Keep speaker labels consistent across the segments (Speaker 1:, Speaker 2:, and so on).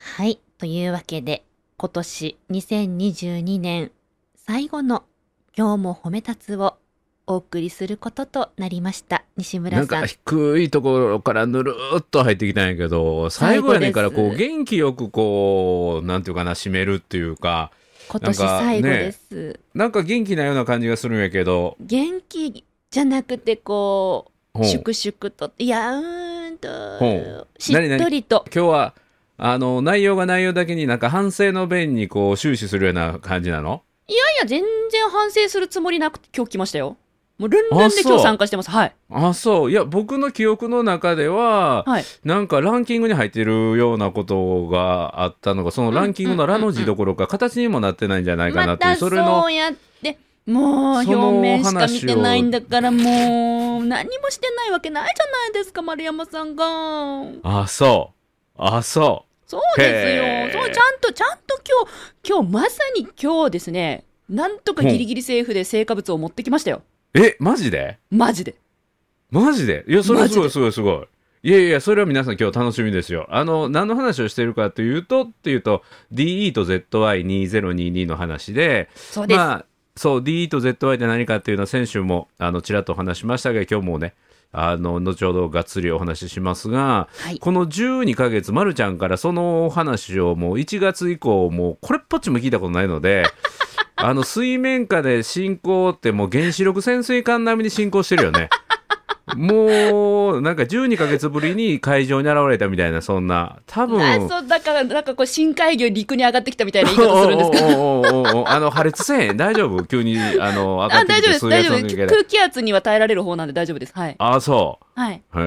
Speaker 1: はい。というわけで、今年2022年最後の今日も褒め立つをお送りすることとなりました。西村
Speaker 2: なん
Speaker 1: さん。
Speaker 2: か低いところからぬるーっと入ってきたんやけど、最後やねんから、こ
Speaker 1: 最後
Speaker 2: う、
Speaker 1: で
Speaker 2: 元気よくこう、なんていうかな、締めるっていうか、
Speaker 1: 今年最後です。
Speaker 2: なんか元気なような感じがするんやけど、
Speaker 1: 元気じゃなくて、こ
Speaker 2: ほ
Speaker 1: う、
Speaker 2: う
Speaker 1: 粛々と、いや、うーん
Speaker 2: ほ
Speaker 1: と
Speaker 2: う、
Speaker 1: しっとりと。
Speaker 2: 今日は、あの、内容が内容だけになんか反省の弁にこう、終始するような感じなの
Speaker 1: いやいや、全然反省するつもりなくて今日来ましたよ。もうルンルンで
Speaker 2: あそう
Speaker 1: 今日参加してます。はい。
Speaker 2: あ、そう。いや、僕の記憶の中では、
Speaker 1: はい。
Speaker 2: なんかランキングに入ってるようなことがあったのが、そのランキングのラの字どころか、形にもなってないんじゃないかな
Speaker 1: ま
Speaker 2: っていう、
Speaker 1: た
Speaker 2: それの
Speaker 1: そ、うやって、もう
Speaker 2: そ
Speaker 1: 表
Speaker 2: の
Speaker 1: 面しか見てないんだから、もう何もしてないわけないじゃないですか、丸山さんが。
Speaker 2: あ、そう。あ、そう。
Speaker 1: そうで
Speaker 2: へー
Speaker 1: すよ。そう、ちゃんと、ちゃんと今日、今日、まさに今日ですね、なんとかギリギリセーフで成果物を持ってきましたよ。
Speaker 2: え、マジで
Speaker 1: マジで。
Speaker 2: マジでいや、それ
Speaker 1: マ
Speaker 2: は
Speaker 1: ジで
Speaker 2: すごいすごいすごい。いやいや、それは皆さん今日楽しみですよ。あの、何の話をしてるかというと、っていうと、DE と ZY2022 の話で、
Speaker 1: そうです。
Speaker 2: まあ、そう、DE と ZY って何かっていうのは先週も、あの、ちらっとお話しましたが、今日もね、あの、後ほどがっつりお話ししますが、
Speaker 1: はい。
Speaker 2: この12ヶ月、まるちゃんからそのお話をもう1月以降、もうこれっぽっちも聞いたことない ので、あの、水面下で進行ってもう原子力潜水艦並みに進行してるよね。もう、なんか12ヶ月ぶりに会場に現れたみたいな、そんな。多分。
Speaker 1: あそう、だから、なんかこう、深海魚陸に上がってきたみたいな言い方するんですけど。
Speaker 2: おーおーおーおーおーあの、破裂せえへん。大丈夫急に、あの、上が
Speaker 1: あ、
Speaker 2: って
Speaker 1: 大丈夫
Speaker 2: きて
Speaker 1: です、
Speaker 2: 水
Speaker 1: 大
Speaker 2: 圧
Speaker 1: 丈
Speaker 2: を
Speaker 1: 夫
Speaker 2: 抜
Speaker 1: です。
Speaker 2: け
Speaker 1: 空
Speaker 2: て。
Speaker 1: 空気圧には耐えられる方なんで大丈夫です。はい。
Speaker 2: あ、そ
Speaker 1: はい。
Speaker 2: う。へ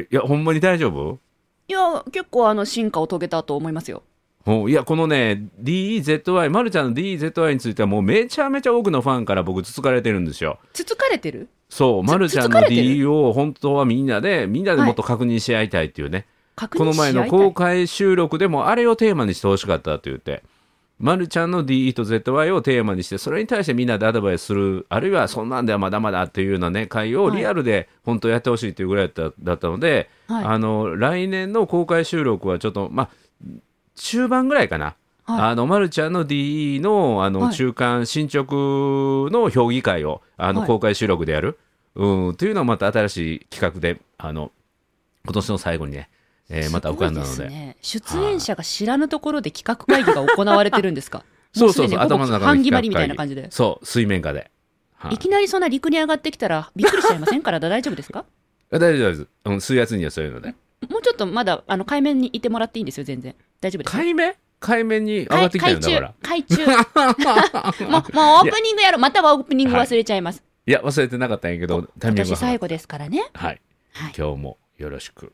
Speaker 2: え。いや、ほんまに大丈夫
Speaker 1: いや、結構あの、進化を遂げたと思いますよ。
Speaker 2: もういやこのね DEZY まるちゃんの DEZY についてはもうめちゃめちゃ多くのファンから僕つつかれてるんですよ
Speaker 1: つつかれてる
Speaker 2: そう
Speaker 1: つ
Speaker 2: まるちゃん
Speaker 1: つつ
Speaker 2: の
Speaker 1: かれてる
Speaker 2: DE を本当はみんなでみんなでもっと確認し合いたいっていうね、
Speaker 1: 確
Speaker 2: こ
Speaker 1: 認
Speaker 2: の
Speaker 1: し合
Speaker 2: 前
Speaker 1: い
Speaker 2: の
Speaker 1: たい。
Speaker 2: 公開収録でもあれをテーマにしてほしかったって言ってまるちゃんの DE と ZY をテーマにしてそれに対してみんなでアドバイスするあるいはそんなんではまだまだっていうようなね会を
Speaker 1: はい
Speaker 2: リアルで本当やってほしいっていうぐらいだっただったので、
Speaker 1: はい
Speaker 2: あの来年の公開収録はちょっとまあ中盤ぐらいかな
Speaker 1: はい
Speaker 2: あの、まるちゃんの DE の、あ
Speaker 1: は
Speaker 2: の、
Speaker 1: い
Speaker 2: 中間進捗の評議会を、あの、
Speaker 1: はい
Speaker 2: 公開収録でやる。うん、というのはまた新しい企画で、あの、今年の最後にね、えーまた浮かんだの
Speaker 1: すごい
Speaker 2: で。
Speaker 1: すね、出演者が知らぬところで企画会議が行われてるんですか
Speaker 2: そうそ
Speaker 1: も
Speaker 2: うそう、
Speaker 1: すでにほ
Speaker 2: 頭の
Speaker 1: ぼ
Speaker 2: 中の
Speaker 1: 半決
Speaker 2: 企画
Speaker 1: ま
Speaker 2: 会
Speaker 1: り
Speaker 2: 議
Speaker 1: みたいな感じで
Speaker 2: そう、水面下で。はい
Speaker 1: いきなりそんな陸に上がってきたらびっくりしちゃいませんから大丈夫ですか
Speaker 2: 大丈夫です。うん、水圧にはそういうので。
Speaker 1: もうちょっとまだあの海面にいてもらっていいんですよ全然大丈夫です
Speaker 2: 海面海面に上がってきたんだから。
Speaker 1: 海中海 中もうもうオープニングやろまたはオープニング忘れちゃいます、
Speaker 2: いや、忘れてなかったんやけど、タイミング
Speaker 1: 私
Speaker 2: が
Speaker 1: 最後ですからね
Speaker 2: はい。
Speaker 1: はい
Speaker 2: 今日もよろしく。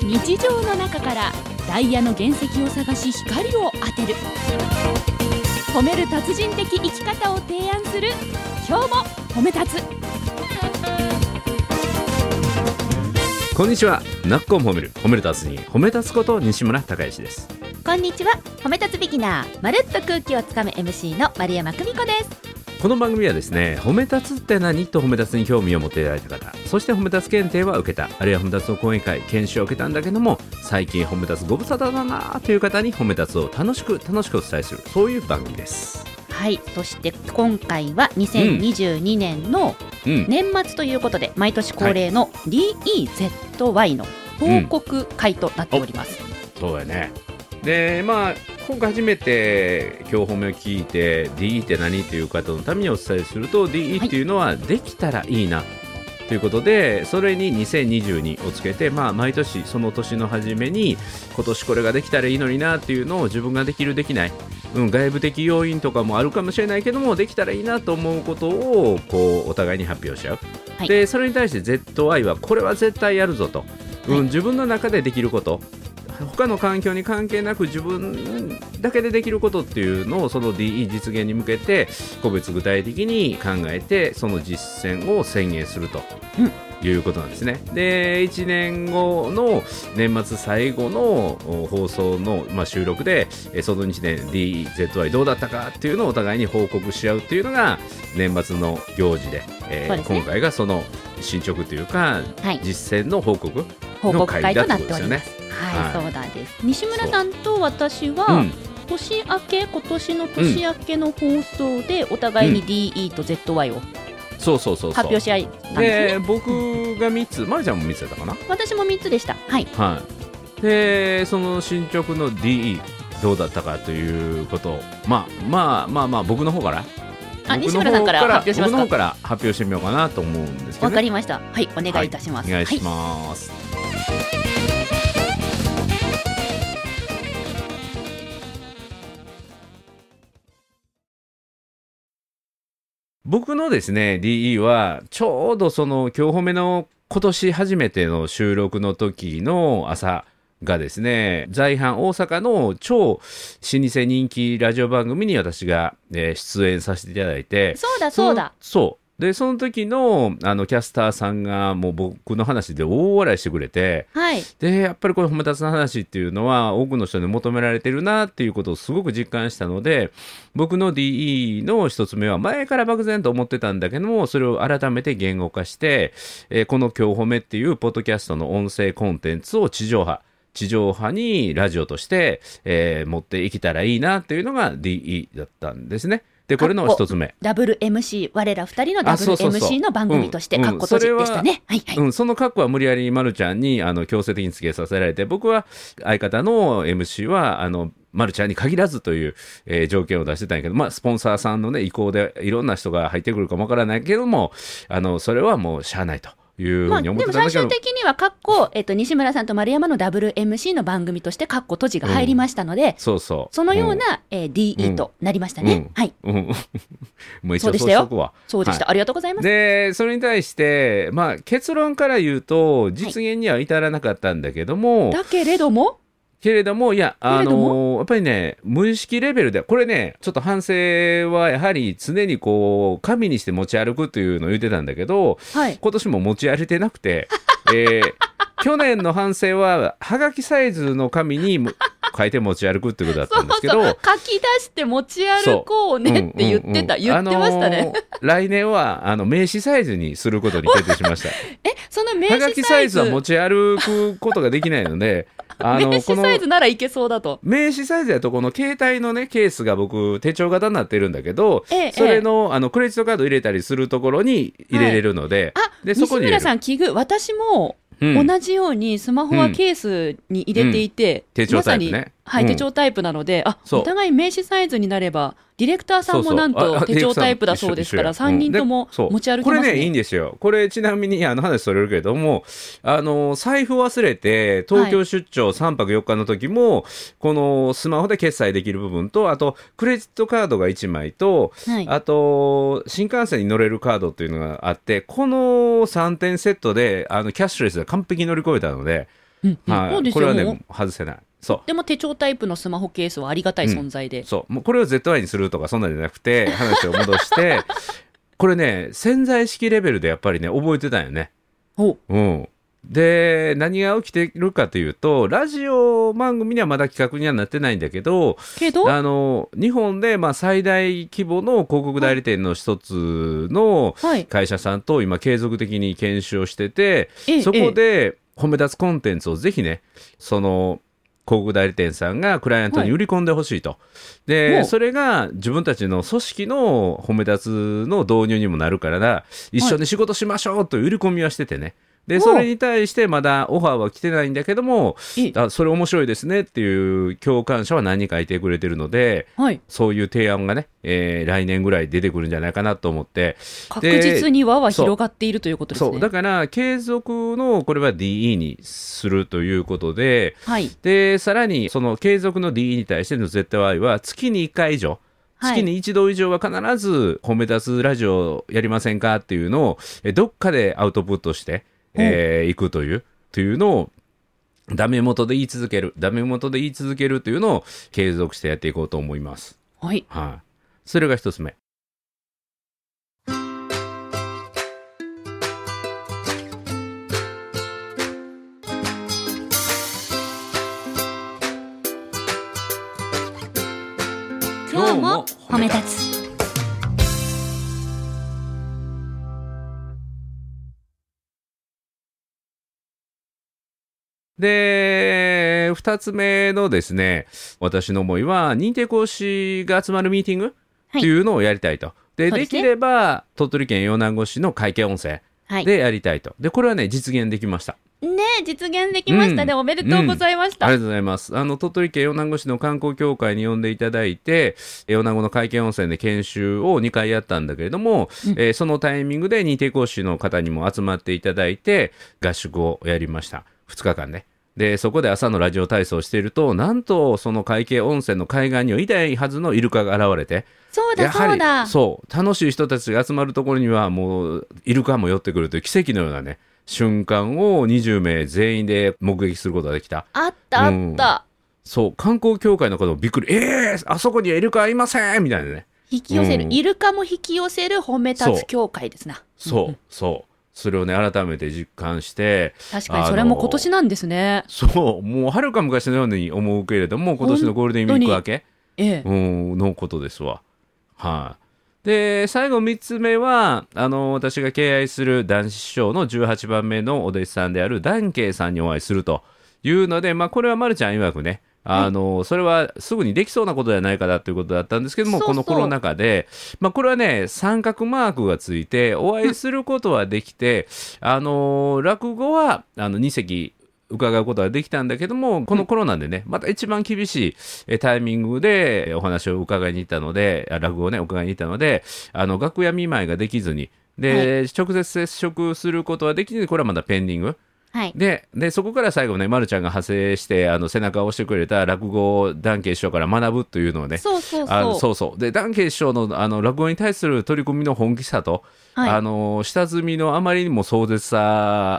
Speaker 1: い日常の中からダイヤの原石を探し光を当てる褒める達人的生き方を提案する今日も褒め立つ
Speaker 2: こんにちは。なっこも褒める。褒めるたつに褒めたつこと西村孝之です。
Speaker 1: こんにちは褒め立つビギナーまるっと空気をつかむ MC の丸山久美子です
Speaker 2: この番組はですね褒め立つって何と褒め立つに興味を持っていただいた方そして褒め立つ検定は受けたあるいは褒め立つの講演会研修を受けたんだけども最近褒め立つご無沙汰だなという方に褒め立つを楽しく楽しくお伝えするそういう番組です
Speaker 1: はいそして今回は2022年の
Speaker 2: うん、
Speaker 1: 年末ということで毎年恒例の DEZY の報告会となっております、
Speaker 2: そうやねでまあ今回初めて今日褒めを聞いて DE って何という方のためにお伝えすると DE っていうのはできたらいいなということでそれに2022をつけて、まあ、毎年その年の初めに今年これができたらいいのになっていうのを自分ができるできない、うん、外部的要因とかもあるかもしれないけどもできたらいいなと思うことをこうお互いに発表し合う、
Speaker 1: はい
Speaker 2: でそれに対して ZI はこれは絶対やるぞと、うん
Speaker 1: はい
Speaker 2: 自分の中でできること他の環境に関係なく自分だけでできることっていうのをその DE 実現に向けて個別具体的に考えてその実践を宣言すると、いうことなんですね。で、1年後の年末最後のお放送の、まあ、収録で、えーその1年 DZY どうだったかっていうのをお互いに報告し合うっていうのが年末の行事で、えー
Speaker 1: そうですね
Speaker 2: 今回がその進捗というか、
Speaker 1: はい
Speaker 2: 実践の報告。
Speaker 1: 報告会となってお
Speaker 2: の
Speaker 1: り
Speaker 2: 会だ
Speaker 1: ま
Speaker 2: って
Speaker 1: す。
Speaker 2: よね
Speaker 1: はい、
Speaker 2: は
Speaker 1: そうなんです。西村さんと私
Speaker 2: う
Speaker 1: は
Speaker 2: ん、
Speaker 1: 年明け、今年の年明けの放送でお互いに
Speaker 2: う
Speaker 1: DE と ZY を
Speaker 2: そうそうそうそう。
Speaker 1: 発表し合ったんですね。
Speaker 2: で、僕が3つ、まるちゃんも3つやったかな。
Speaker 1: 私も三つでした。はい。
Speaker 2: はい、でその進捗の DE どうだったかということをまあまあまあまあ僕の方から
Speaker 1: あ、
Speaker 2: 僕
Speaker 1: 西
Speaker 2: の
Speaker 1: 村さんから
Speaker 2: 方
Speaker 1: 発表します
Speaker 2: 僕の
Speaker 1: か
Speaker 2: 方。から発表してみようかなと思うんですけど、
Speaker 1: わか
Speaker 2: ね、
Speaker 1: りました。はい、お願いいたします。
Speaker 2: お願いします、僕のですね DE はちょうどその今日褒めの今年初めての収録の時の朝がですね在阪大阪の超老舗人気ラジオ番組に私が、えー出演させていただいて
Speaker 1: はいそうだそうだ。
Speaker 2: そのそうでその時のあのキャスターさんがもう僕の話で大笑いしてくれて
Speaker 1: はい。
Speaker 2: でやっぱりこの「褒めたつの話」っていうのは多くの人に求められてるなっていうことをすごく実感したので僕の DE の一つ目は前から漠然と思ってたんだけどもそれを改めて言語化して、えーこの「今日褒め」っていうポッドキャストの音声コンテンツを地上波地上波にラジオとして、えー持っていけたらいいなっていうのが DE だったんですね。でこれの一つ目。
Speaker 1: ダブル MC 我ら二人のダ
Speaker 2: あ
Speaker 1: ブ
Speaker 2: そ
Speaker 1: ル
Speaker 2: うそうそう
Speaker 1: MC の番組として
Speaker 2: うん
Speaker 1: かっこ閉じでしたね。はいはい。
Speaker 2: うん、その格好は無理やりまるちゃんにあの強制的につけさせられて僕は相方の MC はあのまるちゃんに限らずという、えー条件を出してたんやけど、まあ、スポンサーさんの、ね、意向でいろんな人が入ってくるかもわからないけどもあのそれはもうしゃあないというふ
Speaker 1: ま
Speaker 2: う
Speaker 1: あ、
Speaker 2: に
Speaker 1: で
Speaker 2: 思っ
Speaker 1: も
Speaker 2: てたんだ
Speaker 1: 最
Speaker 2: けど、
Speaker 1: 終的には、かっこ、えっと、西村さんと丸山のダブル MC の番組として、かっこ閉じが入りましたので、
Speaker 2: そうそう
Speaker 1: そのような、えー、
Speaker 2: う
Speaker 1: DE
Speaker 2: ん
Speaker 1: となりましたね。
Speaker 2: うん
Speaker 1: はい。
Speaker 2: うん、うん もう一
Speaker 1: そう
Speaker 2: 応
Speaker 1: でし
Speaker 2: そう
Speaker 1: た
Speaker 2: し
Speaker 1: よ
Speaker 2: とくわ
Speaker 1: そうでした。ありがとうございます。
Speaker 2: でそれに対して、まあ、結論から言うと実現には至らなかったんだけども、
Speaker 1: だけれども、
Speaker 2: けれども、いや、あ
Speaker 1: れども
Speaker 2: のーやっぱりね、無意識レベルで、これね、ちょっと反省はやはり常にこう、神にして持ち歩くというのを言ってたんだけど、
Speaker 1: はい。
Speaker 2: 今年も持ち歩いてな くて、えー去年の反省は、はがきサイズの紙にも書いて持ち歩くってことだったんですけど、
Speaker 1: 書き出して持ち歩こうねって言ってた。
Speaker 2: うんうん
Speaker 1: 言
Speaker 2: うん
Speaker 1: ってましたね。
Speaker 2: あのー来年は、あの、名刺サイズにすることに決定しました。
Speaker 1: え、そ の名
Speaker 2: はが
Speaker 1: 刺
Speaker 2: き
Speaker 1: サ
Speaker 2: サ
Speaker 1: イ
Speaker 2: イ
Speaker 1: ズ、
Speaker 2: ズは持ち歩くことができないので、あの
Speaker 1: 名
Speaker 2: こ
Speaker 1: 刺
Speaker 2: の
Speaker 1: サイズならいけそうだと。
Speaker 2: 名刺サイズやとこの携帯のねケースが僕手帳型になってるんだけど、
Speaker 1: ええ
Speaker 2: それのあのクレジットカード入れたりするところに入れれるので、
Speaker 1: あ、
Speaker 2: で
Speaker 1: 西
Speaker 2: 入れ
Speaker 1: 村
Speaker 2: る
Speaker 1: さん、奇遇。私も、
Speaker 2: うん
Speaker 1: 同じようにスマホはケースに入れていて、
Speaker 2: うん手帳タイプね
Speaker 1: まさに、はい
Speaker 2: うん
Speaker 1: 手帳タイプなのであ
Speaker 2: そう
Speaker 1: お互い名刺サイズになればディレクターさんも
Speaker 2: そうそ
Speaker 1: な
Speaker 2: う
Speaker 1: ん
Speaker 2: あ
Speaker 1: と
Speaker 2: あ
Speaker 1: 手帳タイプだそうですから
Speaker 2: 一緒一緒や
Speaker 1: 3人と
Speaker 2: う
Speaker 1: も
Speaker 2: んでそう
Speaker 1: 持ち歩きます
Speaker 2: これねいい
Speaker 1: ね
Speaker 2: んですよこれちなみにあの話それるけどもあの財布忘れて東京出張3泊4日の時も、このスマホで決済できる部分とあとクレジットカードが1枚と、
Speaker 1: はい
Speaker 2: あと新幹線に乗れるカードっていうのがあってこの3点セットであのキャッシュレスが完璧に乗り越えたので、
Speaker 1: うんうん
Speaker 2: はい
Speaker 1: そうです
Speaker 2: これ
Speaker 1: よ
Speaker 2: は
Speaker 1: もう
Speaker 2: ね外せないそう
Speaker 1: でも手帳タイプのスマホケースはありがたい存在で、
Speaker 2: そう。もうこれを ZY にするとかそんなんじゃなくて、話を戻して、これね、潜在意識レベルでやっぱりね、覚えてたよね。
Speaker 1: お
Speaker 2: うん。で、何が起きてるかというと、ラジオ番組にはまだ企画にはなってないんだけど、
Speaker 1: けどは
Speaker 2: あの、日本でまあ最大規模の広告代理店の一つの
Speaker 1: い
Speaker 2: 会社さんと今継続的に研修をしてて、
Speaker 1: ええ
Speaker 2: そこ
Speaker 1: え
Speaker 2: で褒め立つコンテンツをぜひね、その広告代理店さんがクライアントに売り込んでほしいと、
Speaker 1: ほう
Speaker 2: でそれが自分たちの組織の褒め立つの導入にもなるからな一緒に仕事しましょうという売り込みはしててねで
Speaker 1: ほう
Speaker 2: それに対してまだオファーは来てないんだけども
Speaker 1: ええ
Speaker 2: あそれ面白いですねっていう共感者は何人かいてくれてるので
Speaker 1: えはい、
Speaker 2: そういう提案がね、えー来年ぐらい出てくるんじゃないかなと思って
Speaker 1: 確実に輪は広がっているということです
Speaker 2: そうだ
Speaker 1: ね。
Speaker 2: から継続のこれは DE にするということで
Speaker 1: はい、
Speaker 2: でさらにその継続の DE に対しての ZY は月に1回以上
Speaker 1: はい
Speaker 2: 月に1度以上は必ず褒め立つラジオやりませんかっていうのをえどっかでアウトプットして、えーいくというというのをダメ元で言い続けるダメ元で言い続けるというのを継続してやっていこうと思います。
Speaker 1: はい、
Speaker 2: はい、それが一つ目。
Speaker 1: 今日も褒め立つ
Speaker 2: で、二つ目のですね、私の思いは、認定講師が集まるミーティング
Speaker 1: はい
Speaker 2: っていうのをやりたいと。で、
Speaker 1: そう
Speaker 2: で
Speaker 1: ですね
Speaker 2: きれば、鳥取県米南市の会見温泉
Speaker 1: はいね
Speaker 2: でやりたいと。で、これはね、実現できました。
Speaker 1: 実現できましたね、
Speaker 2: うん
Speaker 1: おめでとうございまし
Speaker 2: あ
Speaker 1: た、
Speaker 2: りがとうございます。あの、鳥取県米子市の観光協会に呼んでいただいて、えー米子の会見温泉で研修を2回やったんだけれども、
Speaker 1: うん
Speaker 2: えーそのタイミングで認定講師の方にも集まっていただいて、合宿をやりました。2日間ね。で、そこで朝のラジオ体操をしていると、なんと、その会計温泉の海岸にはいないはずのイルカが現れて、
Speaker 1: そう
Speaker 2: や
Speaker 1: だ
Speaker 2: は
Speaker 1: そうだ
Speaker 2: り、そう、楽しい人たちが集まるところには、もう、イルカも寄ってくるという奇跡のようなね、瞬間を20名全員で目撃することができた。
Speaker 1: あったあった、
Speaker 2: そう、観光協会の方もびっくり、えー、あそこにはイルカいませんみたいなね。
Speaker 1: 引き寄せる、
Speaker 2: うん
Speaker 1: イルカも引き寄せる褒め立
Speaker 2: そう
Speaker 1: つ協会ですな
Speaker 2: そう、そう。それをね、改めて実感して、
Speaker 1: 確かにそれも今年なんですね、
Speaker 2: そう、もうはるか昔のように思うけれども、今年のゴールデンウィーク明け、
Speaker 1: ええ
Speaker 2: うん、のことですわ。はい、で、最後3つ目は、あの、私が敬愛する男子師匠の18番目のお弟子さんであるダンケイさんにお会いするというので、まあ、これはまるちゃん曰くね、あの、それはすぐにできそうなことではないかなということだったんですけども、
Speaker 1: そうそう
Speaker 2: このコロナ禍で、まあ、これはね、三角マークがついて、お会いすることはできて、あの、落語は、あの、2席、伺うことができたんだけども、このコロナでね、また一番厳しいえタイミングでえお話を伺いに行ったので、あ落語をね、伺いに行ったので、あの、楽屋見舞いができずに、で、直接接触することはできずに、これはまだペンディング。
Speaker 1: はい
Speaker 2: で、で、そこから最後ね、まるちゃんが派生して、あの、背中を押してくれた落語を談慶師匠から学ぶというのをね、
Speaker 1: そうそう
Speaker 2: あの
Speaker 1: そう
Speaker 2: そうそう。で、談慶師匠の、あの、落語に対する取り組みの本気さと、
Speaker 1: はい
Speaker 2: あの、下積みのあまりにも壮絶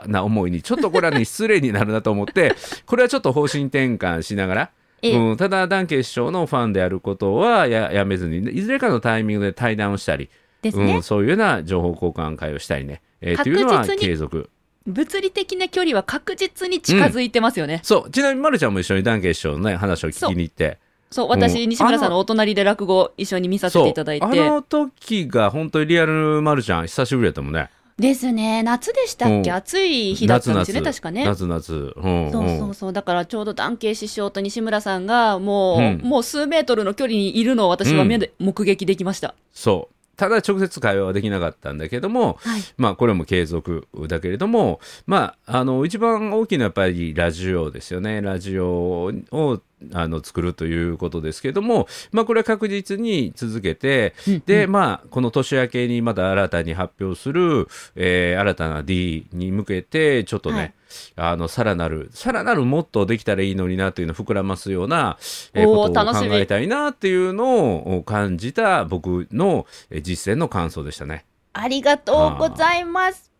Speaker 2: さな思いに、ちょっとこれはね、失礼になるなと 思って、これはちょっと方針転換しながら、
Speaker 1: ええ
Speaker 2: うん、ただ、談慶師匠のファンであることはややめずに、いずれかのタイミングで対談をしたり、
Speaker 1: です
Speaker 2: う
Speaker 1: ね
Speaker 2: ん、、そういうような情報交換会をしたりね、えーと
Speaker 1: 確
Speaker 2: い
Speaker 1: 実
Speaker 2: う
Speaker 1: に
Speaker 2: のは継続。
Speaker 1: 物理的な距離は確実に近づいてますよね、
Speaker 2: そう、ちなみに、まるちゃんも一緒に談慶師匠のね、話を聞きに行って。
Speaker 1: そう
Speaker 2: う
Speaker 1: 私
Speaker 2: ん
Speaker 1: 西村さんのお隣で落語一緒に見させ
Speaker 2: そう
Speaker 1: ていただいて
Speaker 2: あの時が本当にリアルまるちゃん、久しぶりやったもんね。
Speaker 1: ですね夏でしたっけ、
Speaker 2: うん
Speaker 1: 暑い日だったんですよね
Speaker 2: 夏
Speaker 1: 確
Speaker 2: 夏
Speaker 1: かね
Speaker 2: 夏夏。うん、
Speaker 1: そうそうそうだからちょうど男系師匠と西村さんがもう、
Speaker 2: うん
Speaker 1: もう数メートルの距離にいるのを私は目で目撃できました、
Speaker 2: そう。ただ直接会話はできなかったんだけども、
Speaker 1: はい
Speaker 2: まあこれも継続だけれども、まああの一番大きなやっぱりラジオですよね。ラジオをあの作るということですけども、まあこれは確実に続けて、で、まあこの年明けにまた新たに発表する、えー新たな D に向けて、ちょっとね、
Speaker 1: はい
Speaker 2: あの、さらなる、さらなるもっとできたらいいのになというのを膨らますような、えー
Speaker 1: おー
Speaker 2: ことを
Speaker 1: 楽
Speaker 2: 考
Speaker 1: しみ
Speaker 2: えたいなっていうのを感じた僕のえー実践の感想でしたね。
Speaker 1: ありがとうございます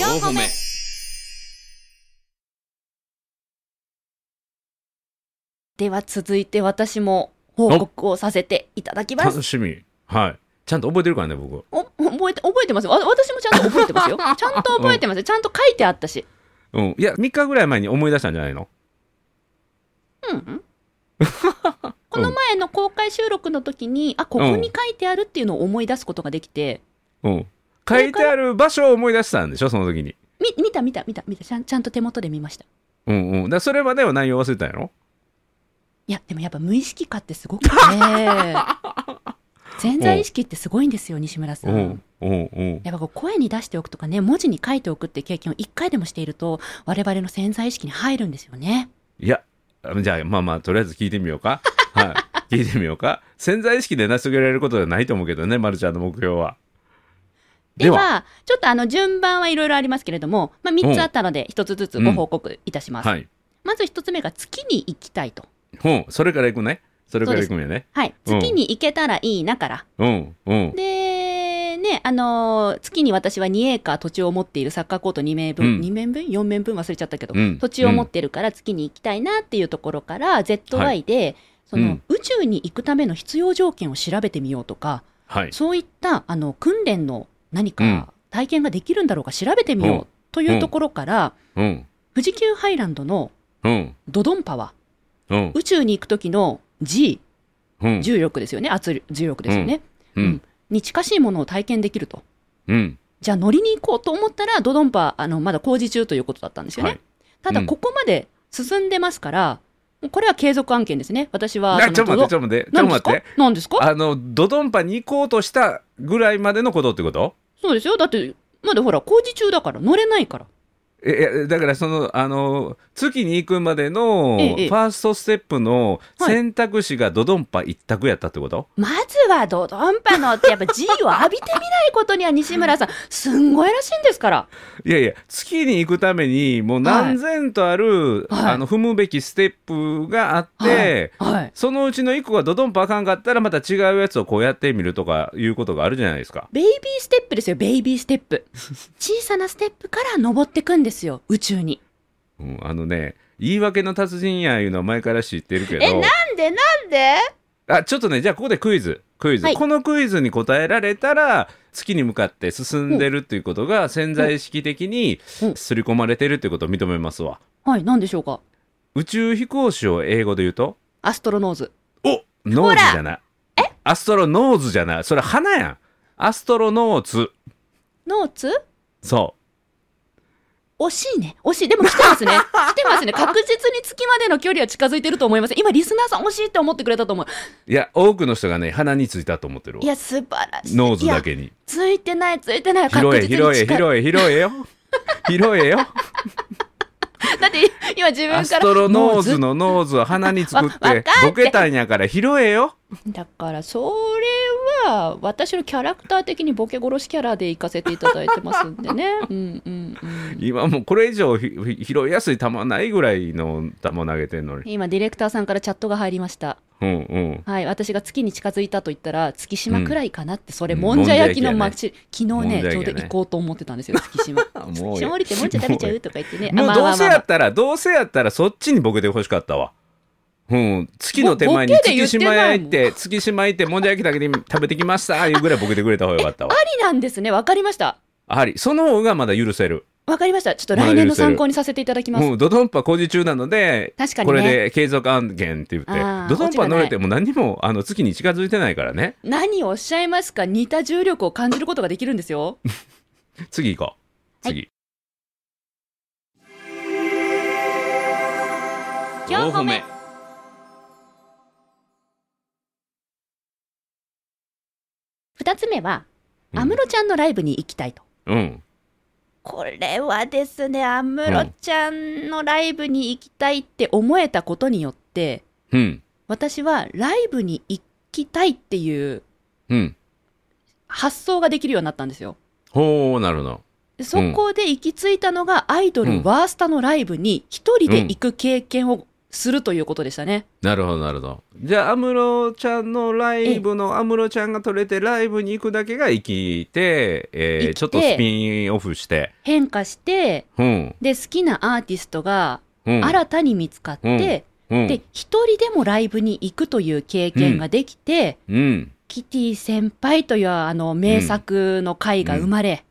Speaker 1: 四個目では続いて私も報告をさせていただきます
Speaker 2: 楽しみ。はい。ちゃんと覚えてるからね、僕。
Speaker 1: お覚えて覚えてますよわ私もちゃんと覚えてます よちゃんと覚えてますよちゃんと書いてあったし
Speaker 2: うん。いや、3日ぐらい前に思い出したんじゃないの
Speaker 1: うんうん、この前の公開収録の時に、あ、ここに書いてあるっていうのを思い出すことができて、
Speaker 2: うん。書いてある場所を思い出したんでしょ、その時に。
Speaker 1: み、見た見た見た見た、ちゃんちゃんと手元で見ました。
Speaker 2: うんうん。だからそれまでは内容忘れたんやろ
Speaker 1: いや、でもやっぱ無意識化ってすごくて、潜在意識ってすごいんですよ、西村さ
Speaker 2: うんん。。うんうん。
Speaker 1: やっぱこう声に出しておくとかね、文字に書いておくって経験を一回でもしていると、我々の潜在意識に入るんですよね。
Speaker 2: いや、じゃあまあまあ、とりあえず聞いてみよ うか。はい。聞いてみようか。潜在意識で成し遂げられることじゃないと思うけどね、まるちゃんの目標は。
Speaker 1: では、ちょっとあの順番はいろいろありますけれども、まあ3つあったので、1つずつご報告いたします。
Speaker 2: はい。
Speaker 1: まず1つ目が月に行きたいと。
Speaker 2: うん。それから行くね。それから行くんやね。
Speaker 1: はい、
Speaker 2: うん
Speaker 1: 月に行けたらいいなから。
Speaker 2: うん。うん。
Speaker 1: で、ね、あのー月に私は2エーカー土地を持っているサッカーコート2面分、
Speaker 2: うん
Speaker 1: 2面分 ?4 面分忘れちゃったけど、
Speaker 2: うん
Speaker 1: 土地を持ってるから月に行きたいなっていうところから、ZY で、その、
Speaker 2: うん
Speaker 1: 宇宙に行くための必要条件を調べてみようとか、
Speaker 2: はい。
Speaker 1: そういった、あの、訓練の何
Speaker 2: うん
Speaker 1: か体験ができるんだろうか調べてみようというところから、
Speaker 2: うん。
Speaker 1: 富士急ハイランドの
Speaker 2: うん。
Speaker 1: ドドンパは、
Speaker 2: うん
Speaker 1: 宇宙に行く時の G
Speaker 2: うん
Speaker 1: 重力ですよね圧力重力ですよね、
Speaker 2: う
Speaker 1: うんんに近しいものを体験できると
Speaker 2: うん
Speaker 1: じゃあ乗りに行こうと思ったらドドンパあのまだ工事中ということだったんですよね、
Speaker 2: はい
Speaker 1: た
Speaker 2: う
Speaker 1: だ
Speaker 2: ん
Speaker 1: ここまで進んでますから、もうこれは継続案件ですね私は
Speaker 2: あちょっと待ってち
Speaker 1: ょ
Speaker 2: ょっと待ってちょっと待って
Speaker 1: 何ですか
Speaker 2: あのドドンパに行こうとしたぐらいまでのことってこと
Speaker 1: そうですよだってまだほら工事中だから乗れないから
Speaker 2: えいやだからそのあの月に行くまでのフ
Speaker 1: ええ
Speaker 2: ァーストステップの
Speaker 1: はい
Speaker 2: 選択肢がドドンパ一択やったってこと、
Speaker 1: まずはドドンパのってやっぱ G を浴びてみないことには西村 さんすんごいらしいんですから
Speaker 2: い、やいや月に行くためにもう何千とある、
Speaker 1: はい
Speaker 2: あの踏むべきステップがあって、
Speaker 1: はい
Speaker 2: そのうちの1個がドドンパあかんかったらまた違うやつをこうやってみるとかいうことがあるじゃないですか。
Speaker 1: ベイビーステップですよベイビーステッ プ小さなステップから登ってくんですよ宇宙に
Speaker 2: うん、あのね言い訳の達人やいうのは前から知ってるけ
Speaker 1: え
Speaker 2: ど
Speaker 1: なんでなんで
Speaker 2: あちょっとねじゃあここでクイズクイズ、
Speaker 1: はい
Speaker 2: このクイズに答えられたら月に向かって進んでるっていうことが潜在意識的に
Speaker 1: うん
Speaker 2: 刷り込まれてるってことを認めますわ。
Speaker 1: はい何でしょうか
Speaker 2: 宇宙飛行士を英語で言うと
Speaker 1: アストロノーズ
Speaker 2: おノーズじゃないアストロノーズじゃないそれ花やんアストロノーツ
Speaker 1: ノーツ
Speaker 2: そう
Speaker 1: 惜しいね惜しいでも来てますね 来てますね確実に月までの距離は近づいてると思います今リスナーさん惜しいって思ってくれたと思う
Speaker 2: いや多くの人がね鼻についたと思ってるわ
Speaker 1: いや素晴らしい
Speaker 2: ノーズだ
Speaker 1: いや
Speaker 2: けに
Speaker 1: ついてないついてない
Speaker 2: 広
Speaker 1: 確
Speaker 2: え
Speaker 1: 実に
Speaker 2: 広
Speaker 1: 近
Speaker 2: え
Speaker 1: い
Speaker 2: 広え広えよ 広えよ
Speaker 1: だって今自分から
Speaker 2: アストロノーズ
Speaker 1: ノ
Speaker 2: のノーズを鼻に作
Speaker 1: わ
Speaker 2: っ
Speaker 1: わかって
Speaker 2: てボケたんやから拾えよ
Speaker 1: ズだからそれは私のキャラクター的にボケ殺しキャラで行かせていただいてますんで ねうんうん、うん、
Speaker 2: 今もうこれ以上ひひ拾いやすい球ないぐらいの球投げてんのに
Speaker 1: 今ディレクターさんからチャットが入りました
Speaker 2: うんうん
Speaker 1: はい私が月に近づいたと言ったら月島くらいかなって、それ
Speaker 2: うん
Speaker 1: もんじゃ焼きの街、昨日
Speaker 2: もん
Speaker 1: ね
Speaker 2: じゃ
Speaker 1: ち
Speaker 2: 焼
Speaker 1: ょ
Speaker 2: き
Speaker 1: う
Speaker 2: だね
Speaker 1: ど行こうと思ってたんですよ月島
Speaker 2: もう
Speaker 1: 月島降りてもんじゃ食べちゃうとか言 ってね
Speaker 2: もう
Speaker 1: あ
Speaker 2: どうせや
Speaker 1: あ
Speaker 2: ったらどうせやったらそっちにボケてほしかったわうん、月の手前に
Speaker 1: ボボケで言
Speaker 2: 月
Speaker 1: って
Speaker 2: 島
Speaker 1: ないも
Speaker 2: へ行
Speaker 1: ん
Speaker 2: って月島行ってもんじゃ焼きだけで 食べてきましたいうぐらいボケてくれた方がよかった わ
Speaker 1: ありなんですねわかりました
Speaker 2: ありその方がまだ許せる
Speaker 1: わかりましたちょっと来年の参考にさせていただきます、
Speaker 2: もうドドンパ工事中なので、
Speaker 1: 確かに
Speaker 2: こ
Speaker 1: ね
Speaker 2: れで継続案件って言って
Speaker 1: あー
Speaker 2: ドドンパ乗れても何にもあの月に近づいてないからね
Speaker 1: 何をおっしゃいますか似た重力を感じることができるんですよ
Speaker 2: 次行こう
Speaker 1: はい
Speaker 2: 次、
Speaker 3: 4歩目
Speaker 1: 二つ目は
Speaker 2: うん
Speaker 1: 安室ちゃんのライブに行きたいと、
Speaker 2: うん
Speaker 1: これはですね安室ちゃんのライブに行きたいって思えたことによって
Speaker 2: うん
Speaker 1: 私はライブに行きたいっていう
Speaker 2: うん
Speaker 1: 発想ができるようになったんですよ
Speaker 2: ほうなるほど
Speaker 1: でそこで行き着いたのがアイド
Speaker 2: うん
Speaker 1: ルワースタのライブに一人で行く経験をするということでしたね、
Speaker 2: なるほどなるほどじゃあ安室ちゃんのライブの安室ちゃんが撮れてライブに行くだけが生きて,、えー
Speaker 1: 生きて
Speaker 2: ちょっとスピンオフして
Speaker 1: 変化して
Speaker 2: うん
Speaker 1: で好きなアーティストが
Speaker 2: うん
Speaker 1: 新たに見つかって、
Speaker 2: うんうん
Speaker 1: で一人でもライブに行くという経験ができて、
Speaker 2: うん
Speaker 1: キティ先輩というあの名作の回が生まれ、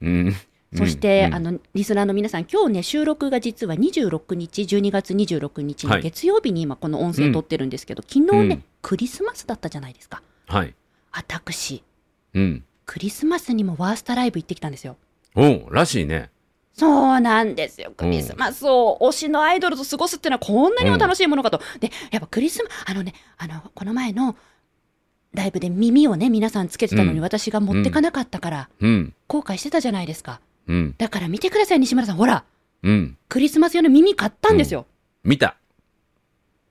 Speaker 2: うん
Speaker 1: そして、
Speaker 2: うん
Speaker 1: あのリスナーの皆さん、今日ね、収録が実は26日、12月26日
Speaker 2: は
Speaker 1: の
Speaker 2: い
Speaker 1: 月曜日に今、この音声撮ってるんですけど、昨日ね、
Speaker 2: うん
Speaker 1: クリスマスだったじゃないですか、
Speaker 2: はい
Speaker 1: 私、
Speaker 2: うん
Speaker 1: クリスマスにもワースタライブ行ってきたんですよ。
Speaker 2: おうらしいね
Speaker 1: そうなんですよ。クリスマスを推しのアイドルと過ごすっていうのはこんなにも楽しいものかと。で、やっぱクリスマあのね、あの、この前のライブで耳をね、皆さんつけてたの
Speaker 2: う
Speaker 1: に
Speaker 2: ん
Speaker 1: 私が持ってかなかったから、
Speaker 2: うん
Speaker 1: 後悔してたじゃないですか。
Speaker 2: うん
Speaker 1: だから見てください、西村さん。ほら、
Speaker 2: うん
Speaker 1: クリスマス用の耳買ったんですよ。
Speaker 2: 見た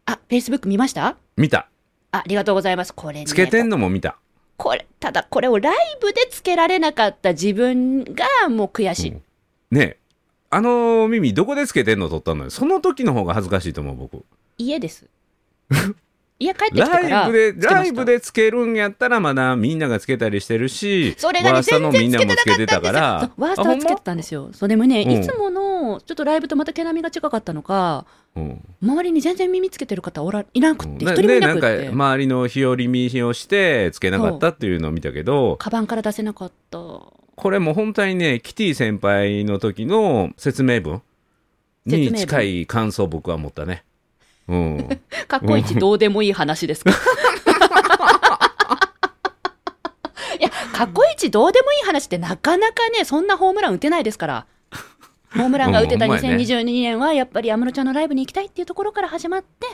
Speaker 1: あ、Facebook 見ました
Speaker 2: 見た
Speaker 1: あありがとうございます。これね。
Speaker 2: つけてんのも見た
Speaker 1: これ、ただこれをライブでつけられなかった自分がもう悔しい。
Speaker 2: うんねえあの耳どこでつけてんの撮ったのよその時の方が恥ずかしいと思う僕
Speaker 1: 家です。 家帰ってきてから
Speaker 2: ライブで
Speaker 1: つけました
Speaker 2: ライブでつけるんやったらまだみんながつけたりしてるし
Speaker 1: それがね、
Speaker 2: ワースタ
Speaker 1: 全
Speaker 2: のみ
Speaker 1: 然
Speaker 2: ん
Speaker 1: つ
Speaker 2: な
Speaker 1: けて
Speaker 2: も
Speaker 1: なかったん
Speaker 2: つけて
Speaker 1: です
Speaker 2: た
Speaker 1: よ。
Speaker 2: から
Speaker 1: そうワースタをつけてたんですよ。そうでもね、
Speaker 2: うん
Speaker 1: いつもの、ちょっとライブとまた毛並みが違かったのか、
Speaker 2: あほんまうん
Speaker 1: 周りに全然耳つけてる方おらいなくって、一
Speaker 2: な
Speaker 1: 人もい
Speaker 2: ね
Speaker 1: な
Speaker 2: な
Speaker 1: く
Speaker 2: ん
Speaker 1: っ
Speaker 2: か
Speaker 1: て、
Speaker 2: 周りの日和見をしてつけなかったっていうのを見たけど
Speaker 1: カバンから出せなかった。は
Speaker 2: これもう本当にねキティ先輩の時の説明文に
Speaker 1: 説明文
Speaker 2: 近い感想を僕は持ったね うん。
Speaker 1: 過去一どうでもいい話です かいや、過去一どうでもいい話ってなかなかね、そんなホームラン打てないですから。ホームランが打てた
Speaker 2: うんほんまやね
Speaker 1: 2022年は、やっぱり安室ちゃんのライブに行きたいっていうところから始まって、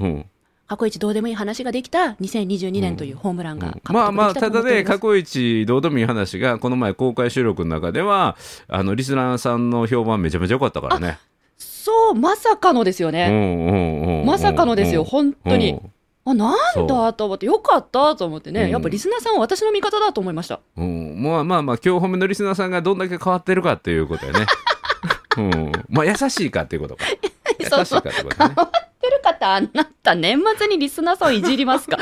Speaker 2: うん。
Speaker 1: 過去一どうでもいい話ができた2022年というホームランが、
Speaker 2: まあまあただね過
Speaker 1: 過去
Speaker 2: 去一どうでもいい話がこの前公開収録の中ではあのリスナーさんの評判めちゃめちゃ良かったからね
Speaker 1: そう、まさかのですよ
Speaker 2: う
Speaker 1: ね。
Speaker 2: んうんうんうん
Speaker 1: まさかのですよ、本当
Speaker 2: う
Speaker 1: に
Speaker 2: ん。
Speaker 1: あ、なん
Speaker 2: そ
Speaker 1: だと思って、よかったと思って
Speaker 2: うん
Speaker 1: ね、やっぱリスナーさんは私の味方だと思いました。
Speaker 2: うん、まあまあまあ今日褒めのリスナーさんがどんだけ変わってるかっていうこ とやねうんまあ優しいかっていうことか優しい
Speaker 1: そうそ
Speaker 2: か
Speaker 1: う
Speaker 2: ってことね
Speaker 1: てる方、あなた、年末にリスナーさんをいじりますか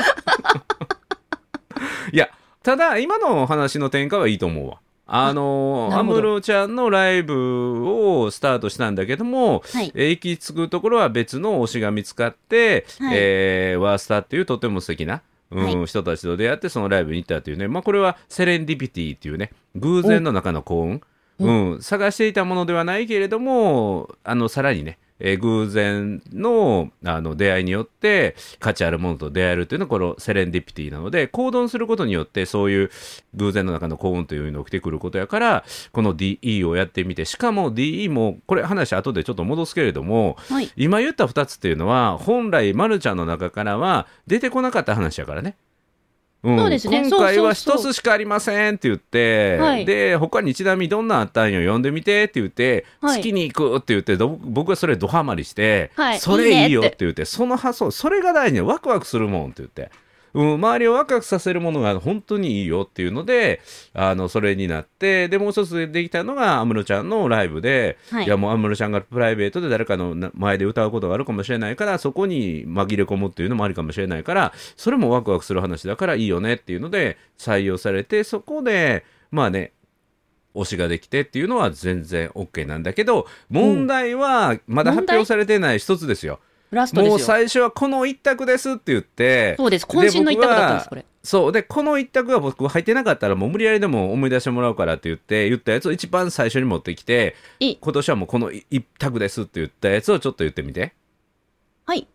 Speaker 2: いやただ今のお話の転換はいいと思うわあの
Speaker 1: な
Speaker 2: 安
Speaker 1: るほど
Speaker 2: 室ちゃんのライブをスタートしたんだけども、
Speaker 1: はい
Speaker 2: えー行き着くところは別の推しが見つかって、
Speaker 1: はい
Speaker 2: えーワースターっていうとても素敵な、うん
Speaker 1: は
Speaker 2: 人たちと出会ってそのライブに行ったというね、まあ、これはセレンディピティっていうね偶然の中の幸運、
Speaker 1: お
Speaker 2: うん、探していたものではないけれどもあのさらにね、えー偶然のあの出会いによって価値あるものと出会えるというのはこのセレンディピティなので行動することによってそういう偶然の中の幸運というのが起きてくることやからこの DE をやってみてしかも DE もこれ話後でちょっと戻すけれども
Speaker 1: はい。
Speaker 2: 今言った2つっていうのは本来まるちゃんの中からは出てこなかった話やからね。うん
Speaker 1: そうですね
Speaker 2: 今回は
Speaker 1: そうそう
Speaker 2: 一
Speaker 1: そう
Speaker 2: つしかありませんって言って、
Speaker 1: はい
Speaker 2: で他にちなみにどんなあったんよ読んでみてって言って、
Speaker 1: はい
Speaker 2: 月に行くって言ってど僕はそれドハマりして、
Speaker 1: はい
Speaker 2: それいいよ
Speaker 1: いいね
Speaker 2: っ
Speaker 1: って
Speaker 2: て言ってその発想それが大事でワクワクするもんって言って、うん、周りをワクワクさせるものが本当にいいよっていうのであのそれになってでもう一つできたのが安室ちゃんのライブで、
Speaker 1: はい
Speaker 2: やもう安室ちゃんがプライベートで誰かのな前で歌うことがあるかもしれないからそこに紛れ込むっていうのもありかもしれないからそれもワクワクする話だからいいよねっていうので採用されてそこでまあね推しができてっていうのは全然 OK なんだけど問題はまだ発表されてない一つですよ。
Speaker 1: ラスト
Speaker 2: も
Speaker 1: で
Speaker 2: う
Speaker 1: すよ。
Speaker 2: 最初はこの一択ですって言って
Speaker 1: そうです。渾身の一択だったんです、
Speaker 2: 僕
Speaker 1: こ
Speaker 2: は
Speaker 1: れ。
Speaker 2: そうでこの一択が僕入ってなかったらもう無理やりでも思い出してもらうからって言って言ったやつを一番最初に持ってきて
Speaker 1: いい
Speaker 2: 今年はもうこの一択ですって言ったやつをちょっと言ってみて
Speaker 1: はい。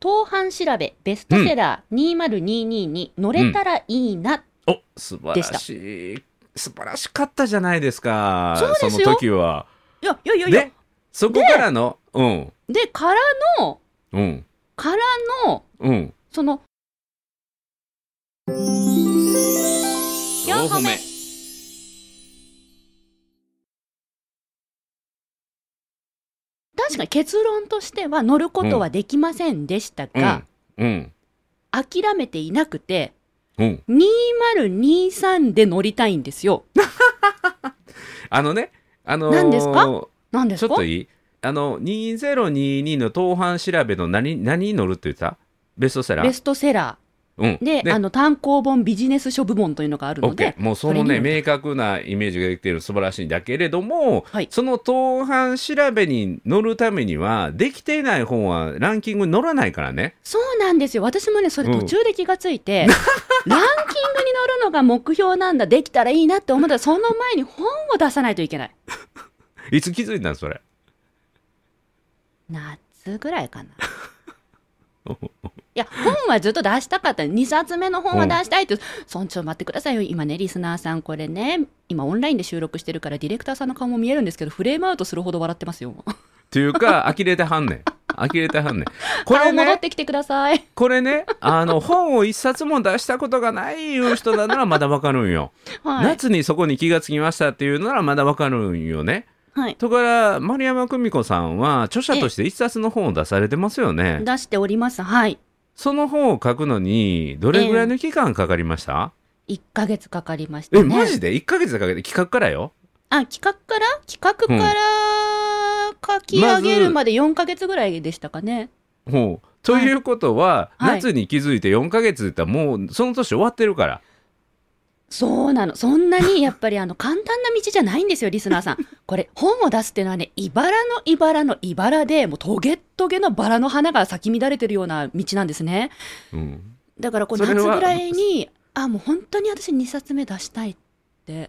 Speaker 1: 当版調べベストセラー20222に乗れたらいいな。
Speaker 2: お素晴らしい素晴らしかったじゃないですか
Speaker 1: そうですよ
Speaker 2: の時はい
Speaker 1: やいやいやいや
Speaker 2: で。そこからのうん
Speaker 1: で、からの、
Speaker 2: うん
Speaker 1: からの、
Speaker 2: うん
Speaker 1: その、四歩目確かに結論としては乗ることはできませんでしたが、
Speaker 2: うん
Speaker 1: 諦めていなくて、
Speaker 2: うんうん
Speaker 1: 2023で乗りたいんですよ。
Speaker 2: あのねあのー
Speaker 1: 何ですか何です
Speaker 2: ちょ
Speaker 1: か
Speaker 2: っといいあの2022の当番調べの何何に乗るって言ってたベストセラー
Speaker 1: ベストセラ
Speaker 2: うん、
Speaker 1: ーであの単行本ビジネス書部門というのがある
Speaker 2: オ
Speaker 1: の
Speaker 2: ッケ
Speaker 1: で
Speaker 2: ーもうそのね
Speaker 1: それ
Speaker 2: 明確なイメージができている素晴らしいんだけれども、
Speaker 1: はい
Speaker 2: その当番調べに乗るためにはできていない本はランキングに乗らないからね
Speaker 1: そうなんですよ私もねそれ
Speaker 2: うん
Speaker 1: 途中で気がつい て、ランキングに乗るのが目標なんだできたらいいなって思ったらその前に本を出さないといけない
Speaker 2: いつ気づいたんそれ
Speaker 1: 夏ぐらいか ないや本はずっと出したかった2冊目の本は出したいって、そんちょ待ってくださいよ今ねリスナーさんこれね今オンラインで収録してるからディレクターさんの顔も見えるんですけどフレームアウトするほど笑ってますよ
Speaker 2: っていうか 呆れてはんねん呆れてはんねんこれ
Speaker 1: 顔戻っ
Speaker 2: ね
Speaker 1: てきてください
Speaker 2: これねあの本を一冊も出したことがないいう人ならまだわかるんよ、
Speaker 1: はい、
Speaker 2: 夏にそこに気がつきましたっていうならまだわかるんよね
Speaker 1: はい、
Speaker 2: とから丸山久美子さんは著者として一冊の本を出されてますよね
Speaker 1: 出しておりますはい
Speaker 2: その本を書くのにどれぐらいの期間かかりました、
Speaker 1: 1ヶ月かかりまし
Speaker 2: え
Speaker 1: たね
Speaker 2: マジで1ヶ月かけて企画からよ
Speaker 1: あ企画から企画から書き上げるまで4ヶ月ぐらいでしたかね、
Speaker 2: ほうということは、
Speaker 1: はい
Speaker 2: 夏に気づいて4ヶ月って言ったらもうその年終わってるから
Speaker 1: そうなの。そんな にやっぱりあの簡単な道じゃないんですよ、リスナーさん。これ、本を出すっていうのはね、茨の茨の茨で、もうトゲットゲのバラの花が咲き乱れてるような道なんですね。
Speaker 2: うん
Speaker 1: だからこう
Speaker 2: それ
Speaker 1: 夏
Speaker 2: は
Speaker 1: ぐらいに、あ、もう本当に私2冊目出したいって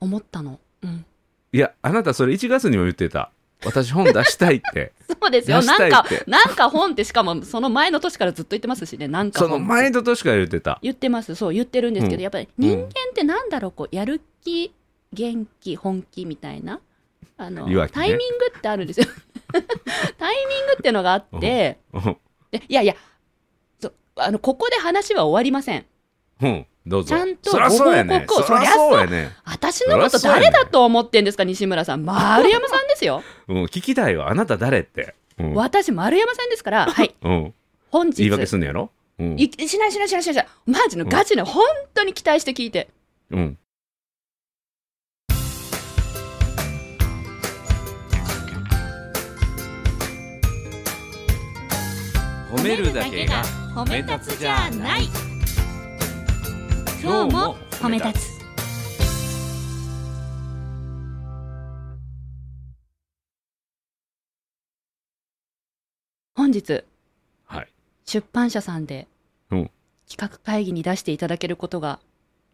Speaker 1: 思ったの。うん。
Speaker 2: いやあなたそれ1月にも言ってた私本出したいって
Speaker 1: そうそうですよ
Speaker 2: 出し
Speaker 1: な
Speaker 2: たい
Speaker 1: ん
Speaker 2: っ
Speaker 1: か
Speaker 2: て
Speaker 1: なんか本ってしかもその前の年からずっと言ってますしねなんか
Speaker 2: そ
Speaker 1: 本
Speaker 2: の前の年から言ってた。
Speaker 1: 言ってますそう言ってるんですけど、
Speaker 2: うん
Speaker 1: やっぱり
Speaker 2: うん
Speaker 1: 人間ってなんだろうこうやる気元気本気みたいなあの、
Speaker 2: いわきね
Speaker 1: タイミングってあるんですよ タイミングってのがあって、
Speaker 2: うん
Speaker 1: でいやいやそうあのここで話は終わりません
Speaker 2: うん、どうぞ。
Speaker 1: ちゃんと
Speaker 2: そらそうやね。
Speaker 1: ご報告を
Speaker 2: そらそうやね。
Speaker 1: 私のこと
Speaker 2: そりゃそうやね
Speaker 1: 誰だと思ってんですか西村さん丸山さんですよ
Speaker 2: うん、聞きたいわ。あなた誰って。うん。
Speaker 1: 私丸山さんですから はい
Speaker 2: うん、
Speaker 1: 本日
Speaker 2: 言い訳すんのやろうん。
Speaker 1: いしないしないしないしないマジのガチの、本当に期待して聞いて
Speaker 2: うん。褒
Speaker 3: 褒
Speaker 2: め立つじゃない今日も褒め立
Speaker 3: つ
Speaker 1: 本日
Speaker 2: はい。
Speaker 1: 出版社さんで
Speaker 2: うん
Speaker 1: 企画会議に出していただけることが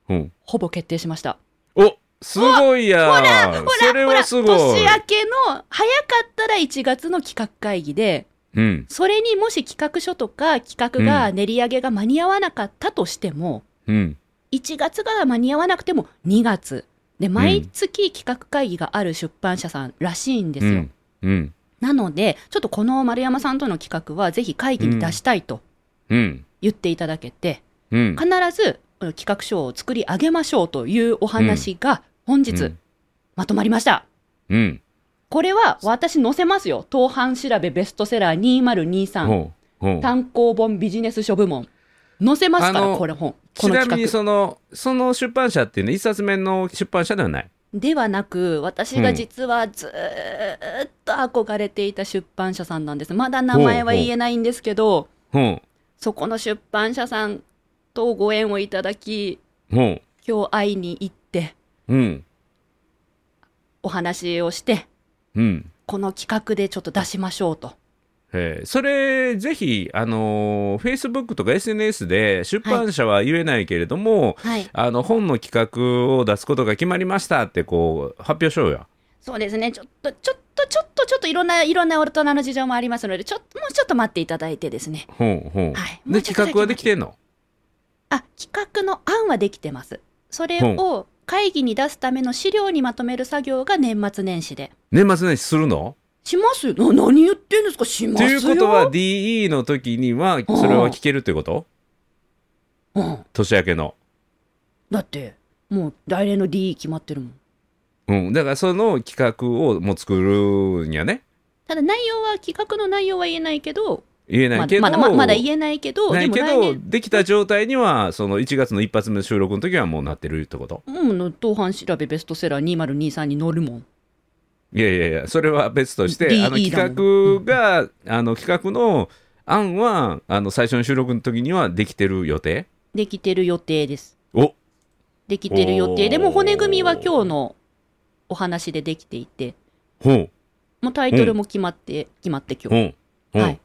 Speaker 2: うん。
Speaker 1: ほぼ決定しました、
Speaker 2: おすごいやんそれ
Speaker 1: ほら
Speaker 2: は
Speaker 1: 年
Speaker 2: す
Speaker 1: 明
Speaker 2: ごい。
Speaker 1: けの早かったら1月の企画会議で
Speaker 2: うん。
Speaker 1: それにもし企画書とか企画が練り上げが間に合わなかったとしても、
Speaker 2: うん。
Speaker 1: 1月が間に合わなくても2月で毎月企画会議がある出版社さんらしいんですよ、
Speaker 2: うん。うん。
Speaker 1: なのでちょっとこの丸山さんとの企画はぜひ会議に出したいと
Speaker 2: うん。
Speaker 1: 言っていただけて、
Speaker 2: うん。
Speaker 1: 必ずこの企画書を作り上げましょうというお話が本日、
Speaker 2: うん
Speaker 1: まとまりました
Speaker 2: うん。
Speaker 1: これは私載せますよ当版調べベストセラー2023
Speaker 2: ほう。ほう。
Speaker 1: 単行本ビジネス書部門載せますから
Speaker 2: あの
Speaker 1: これ本こ
Speaker 2: ち
Speaker 1: の
Speaker 2: なみ
Speaker 1: 企
Speaker 2: に
Speaker 1: 画
Speaker 2: その、その出版社っていうのは一冊目の出版社ではない。
Speaker 1: ではなく私が実はずーっと憧れていた出版社さんなんですまだ名前は言えないんですけど
Speaker 2: ほ
Speaker 1: そこの出版社さんとご縁をいただき
Speaker 2: う。ほ
Speaker 1: 今日会いに行って
Speaker 2: う。うん。
Speaker 1: お話をして
Speaker 2: うん。
Speaker 1: この企画でちょっと出しましょうと。
Speaker 2: えーそれ、ぜひ、あのー、Facebook とか SNS で出版社は言えないけれども、
Speaker 1: はい、
Speaker 2: あの、本の企画を出すことが決まりましたって、こう、発表しようや。
Speaker 1: そうですねちょっとちょっとちょっとちょっといろんないろんな大人の事情もありますのでちょっともうちょっと待っていただいてですね
Speaker 2: ほうほう。
Speaker 1: はいも
Speaker 2: で、
Speaker 1: うちょっと
Speaker 2: 企画はできてんの
Speaker 1: あ企画の案はできてますそれを会議に出すための資料にまとめる作業が年末年始で
Speaker 2: 年末年始するの
Speaker 1: しますよな何言ってんですかしま
Speaker 2: と
Speaker 1: すよ
Speaker 2: いうことは DE の時にはそれは聞けるってこと
Speaker 1: うん、
Speaker 2: 年明けの。
Speaker 1: だってもう来年の DE 決まってるもん
Speaker 2: うん、だからその企画をもう作るんやね
Speaker 1: ただ内容は企画の内容は言えないけど
Speaker 2: 言えな
Speaker 1: ま
Speaker 2: いけど、
Speaker 1: まだままだ言えないけど
Speaker 2: ない
Speaker 1: で
Speaker 2: け
Speaker 1: も来
Speaker 2: ど
Speaker 1: 年
Speaker 2: できた状態にはその1月の一発目の収録の時はもうなってるってこと
Speaker 1: うん当版調べベストセラー2023に載るもん
Speaker 2: いやいやいやそれは別として
Speaker 1: DE
Speaker 2: あの企画が、あの企画の案はあの最初の収録の時にはできてる予定
Speaker 1: できてる予定です
Speaker 2: お
Speaker 1: できてる予
Speaker 2: おー
Speaker 1: 定でも骨組みは今日のお話でできていて
Speaker 2: ほう
Speaker 1: もうタイトルも決まって、決まって今
Speaker 2: ほ
Speaker 1: 日、
Speaker 2: うほう、
Speaker 1: はい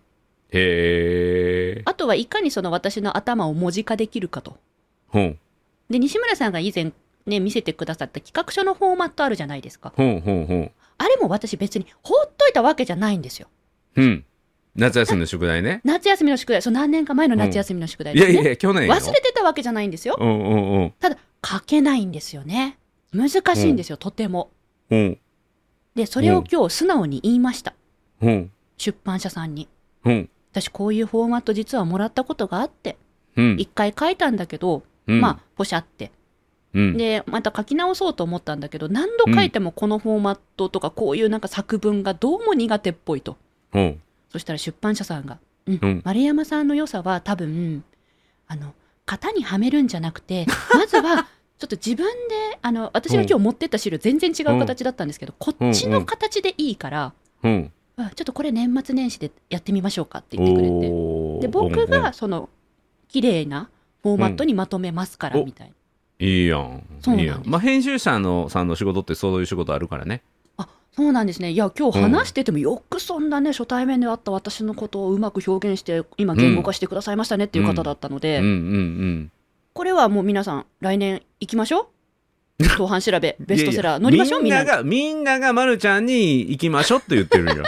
Speaker 2: へえ
Speaker 1: あとはいかにその私の頭を文字化できるかと
Speaker 2: ほう
Speaker 1: で西村さんが以前ね見せてくださった企画書のフォーマットあるじゃないですか
Speaker 2: ほうほうほう
Speaker 1: あれも私別に放っといたわけじゃないんですよ
Speaker 2: うん夏休みの宿 題ね
Speaker 1: 夏休みの宿題そう何年か前の夏休みの宿題
Speaker 2: い
Speaker 1: です
Speaker 2: や
Speaker 1: ね、
Speaker 2: いや去年よ
Speaker 1: 忘れてたわけじゃないんですよ
Speaker 2: うんうんうん
Speaker 1: ただ書けないんですよね難しいんですよ、とても
Speaker 2: うん
Speaker 1: でそれ
Speaker 2: う
Speaker 1: を
Speaker 2: ん
Speaker 1: 今日素直に言いました、
Speaker 2: うん
Speaker 1: 出版社さんに
Speaker 2: うん
Speaker 1: 私こういうフォーマット実はもらったことがあって
Speaker 2: うん
Speaker 1: 一回書いたんだけど、
Speaker 2: うん
Speaker 1: まあポシャって
Speaker 2: うん
Speaker 1: でまた書き直そうと思ったんだけど何度書いてもこのフォーマットとかこういうなんか作文がどうも苦手っぽいと
Speaker 2: うん
Speaker 1: そしたら出版社さんが、うん
Speaker 2: うん
Speaker 1: 丸山さんの良さは多分あの型にはめるんじゃなく てまずはちょっと自分であの私が今日持ってった資料全然違う形だったんですけど、こっちの形でいいから、
Speaker 2: うん
Speaker 1: あちょっとこれ年末年始でやってみましょうかって言ってくれて
Speaker 2: おー
Speaker 1: で
Speaker 2: うんう
Speaker 1: 僕
Speaker 2: ん
Speaker 1: がその綺麗なフォーマットにまとめますから
Speaker 2: うん
Speaker 1: みたいな、
Speaker 2: いいやん
Speaker 1: そうなん
Speaker 2: い
Speaker 1: です
Speaker 2: いやんまあ編集者のさんの仕事ってそういう仕事あるからね
Speaker 1: そうなんですねいや今日話しててもよくそんなね初対面で会った私のことをうまく表現して今言語化してくださいましたねっていう方だったので、
Speaker 2: うんうん
Speaker 1: これはもう皆さん来年行きましょう 当版調べ
Speaker 2: うん
Speaker 1: ベストセラー乗
Speaker 2: い
Speaker 1: り
Speaker 2: や
Speaker 1: ま
Speaker 2: い
Speaker 1: しょ
Speaker 2: や
Speaker 1: う
Speaker 2: み
Speaker 1: み
Speaker 2: ん
Speaker 1: んな
Speaker 2: な
Speaker 1: で
Speaker 2: がみんながまるちゃんに行きましょうって言ってるよ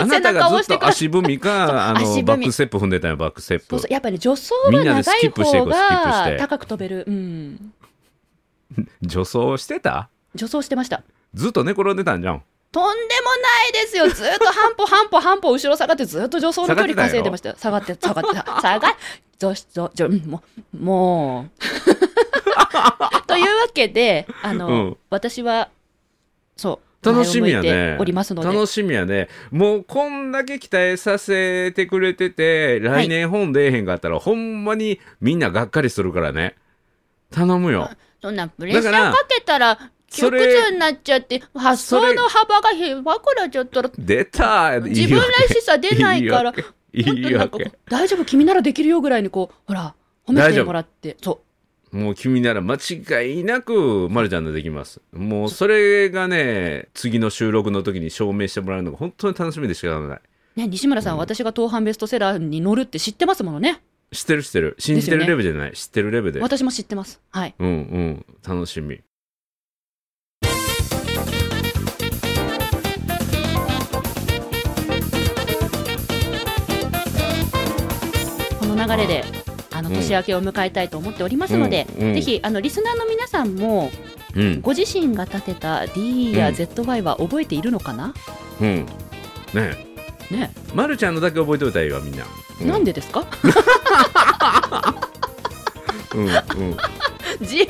Speaker 2: あなたがずっと足踏みか、あ
Speaker 1: そう足踏
Speaker 2: の、
Speaker 1: み
Speaker 2: バックステップ踏んでたんよ、バックステッ
Speaker 1: そ
Speaker 2: プ
Speaker 1: うそ。うやっぱり、ね、助走
Speaker 2: み
Speaker 1: が
Speaker 2: んなでス
Speaker 1: 長
Speaker 2: キ
Speaker 1: い
Speaker 2: ップしていこ
Speaker 1: 方
Speaker 2: うスキップして
Speaker 1: が高く飛べる、うん、
Speaker 2: 助走してた
Speaker 1: 助走してました
Speaker 2: ずっと寝転んでたんじゃん。
Speaker 1: とんでもないですよずっと半歩半歩半歩後ろ下がってずっと助走の距離稼いでましたよ下がって下がって下がっ助走助うんもうもう というわけであの、
Speaker 2: うん
Speaker 1: 私はそう
Speaker 2: 楽しみや
Speaker 1: 前を向い
Speaker 2: ね
Speaker 1: ておりますので
Speaker 2: 楽しみやねもうこんだけ期待させてくれてて来年本出えへんかったら、ほんまにみんながっかりするからね頼むよ
Speaker 1: そんなプ
Speaker 2: レッシャーか
Speaker 1: けたら
Speaker 2: 窮屈
Speaker 1: になっちゃって発
Speaker 2: 想のそれ
Speaker 1: 幅が広くなっちゃったら
Speaker 2: 出た
Speaker 1: しさ出
Speaker 2: いいわけいいわ
Speaker 1: もっとなん
Speaker 2: け
Speaker 1: かこう大丈夫君ならできるよぐらいにこうほら褒めてもらってそ、
Speaker 2: もう君なら間違いなくまるちゃんのできますもうそれがね次の収録の時に証明してもらうのが本当に楽しみでしかないう
Speaker 1: ね、西村さん、
Speaker 2: うん
Speaker 1: 私が当版ベストセラーに乗るって知ってますものね
Speaker 2: 知ってる知ってる信じてるレベルじゃない、知ってるレベルで
Speaker 1: 私も知ってますはい
Speaker 2: うんうん楽しみ
Speaker 1: この流れであの
Speaker 2: うん
Speaker 1: 年明けを迎えたいと思っておりますので、
Speaker 2: うんうん
Speaker 1: ぜひあのリスナーの皆さんも
Speaker 2: うん
Speaker 1: ご自身が立てた D や
Speaker 2: うん
Speaker 1: ZY は覚えているのかな、
Speaker 2: うんねえ
Speaker 1: ね
Speaker 2: まるちゃんのだけ覚えておいたらいいわみんな。う
Speaker 1: なんでですか
Speaker 2: うんうん
Speaker 1: 自分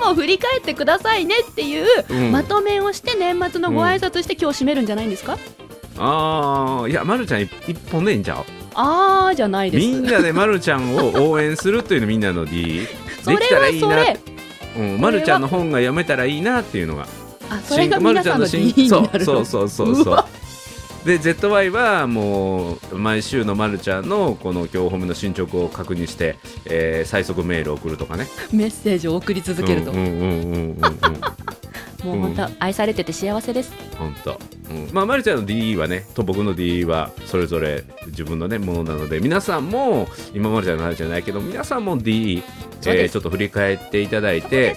Speaker 1: のも振り返ってくださいねっていう
Speaker 2: う ん。
Speaker 1: まとめをして年末のご挨拶して今日締めるんじゃないんですか、
Speaker 2: ああいやまるちゃん一一本でいいんちゃう。
Speaker 1: あーじゃないです
Speaker 2: みんなでまるちゃんを応援するというのみんなの D。
Speaker 1: そ
Speaker 2: で
Speaker 1: れ
Speaker 2: きたら
Speaker 1: はい
Speaker 2: い
Speaker 1: そ
Speaker 2: な
Speaker 1: れ。
Speaker 2: うんまるちゃんの本が読めたらいいなっていうのが。
Speaker 1: あそれが
Speaker 2: 新まる
Speaker 1: 皆
Speaker 2: ちゃ
Speaker 1: さん
Speaker 2: の
Speaker 1: の D
Speaker 2: 新
Speaker 1: にな る
Speaker 2: そう
Speaker 1: の
Speaker 2: そうそうそう
Speaker 1: う
Speaker 2: そう。で ZY はもう毎週のまるちゃんのこの今日褒めの進捗を確認して、えー最速メールを送るとかね。
Speaker 1: メッセージを送り続けると、
Speaker 2: うんうんうんうんうんうん。
Speaker 1: もう本当愛されてて幸せです
Speaker 2: 本当、うん、まあまるちゃんの DE はねと僕の DE はそれぞれ自分のねものなので皆さんも今まるちゃんの話じゃないけど皆さんも DE、
Speaker 1: そう
Speaker 2: え
Speaker 1: で
Speaker 2: ー
Speaker 1: す
Speaker 2: ちょっと振り返っていただいて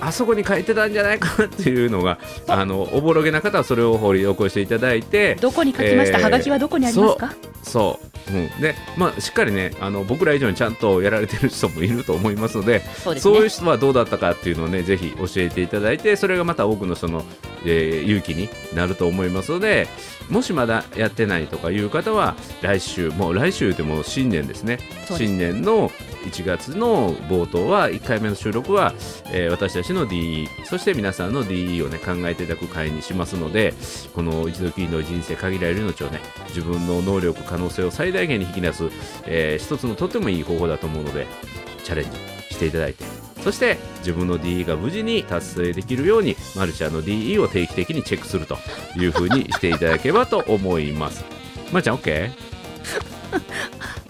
Speaker 2: あそこに書いてたんじゃないかなっていうのがあのおぼろげな方はそれを掘り起こしていただいて
Speaker 1: どこに書きました、
Speaker 2: えー
Speaker 1: はがきはどこにありますか
Speaker 2: そう、うん、でまあしっかりねあの僕ら以上にちゃんとやられてる人もいると思いますので
Speaker 1: そうです
Speaker 2: そういう
Speaker 1: ね
Speaker 2: 人はどうだったかっていうのをねぜひ教えていただいてそれがまた多くの人の、えー勇気になると思いますのでもしまだやってないとかいう方は来週もう来週でも新年ですね
Speaker 1: そうです
Speaker 2: 新年の1月の冒頭は1回目の収録は、えー私たちの DE そして皆さんの DE をね考えていただく会にしますのでこの一度きりの人生限られる命をね自分の能力可能性を最大限に引き出す、えー一つのとってもいい方法だと思うのでチャレンジしていただいてそして自分の DE が無事に達成できるようにマルチャーの DE を定期的にチェックするというふうにしていただければと思います。まるちゃん OK?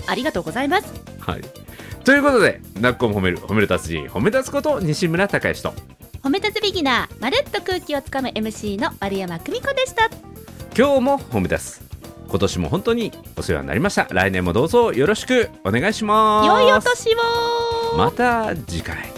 Speaker 1: ありがとうございます
Speaker 2: はい。ということで、なっこも褒める、褒める達人、褒め立つこと、西村孝之と。
Speaker 1: 褒め立つビギナーまるっと空気をつかむ MC の丸山久美子でした
Speaker 2: 今日も褒め立つ。今年も本当にお世話になりました。来年もどうぞよろしくお願いします。
Speaker 1: 良いお年を
Speaker 2: また次回。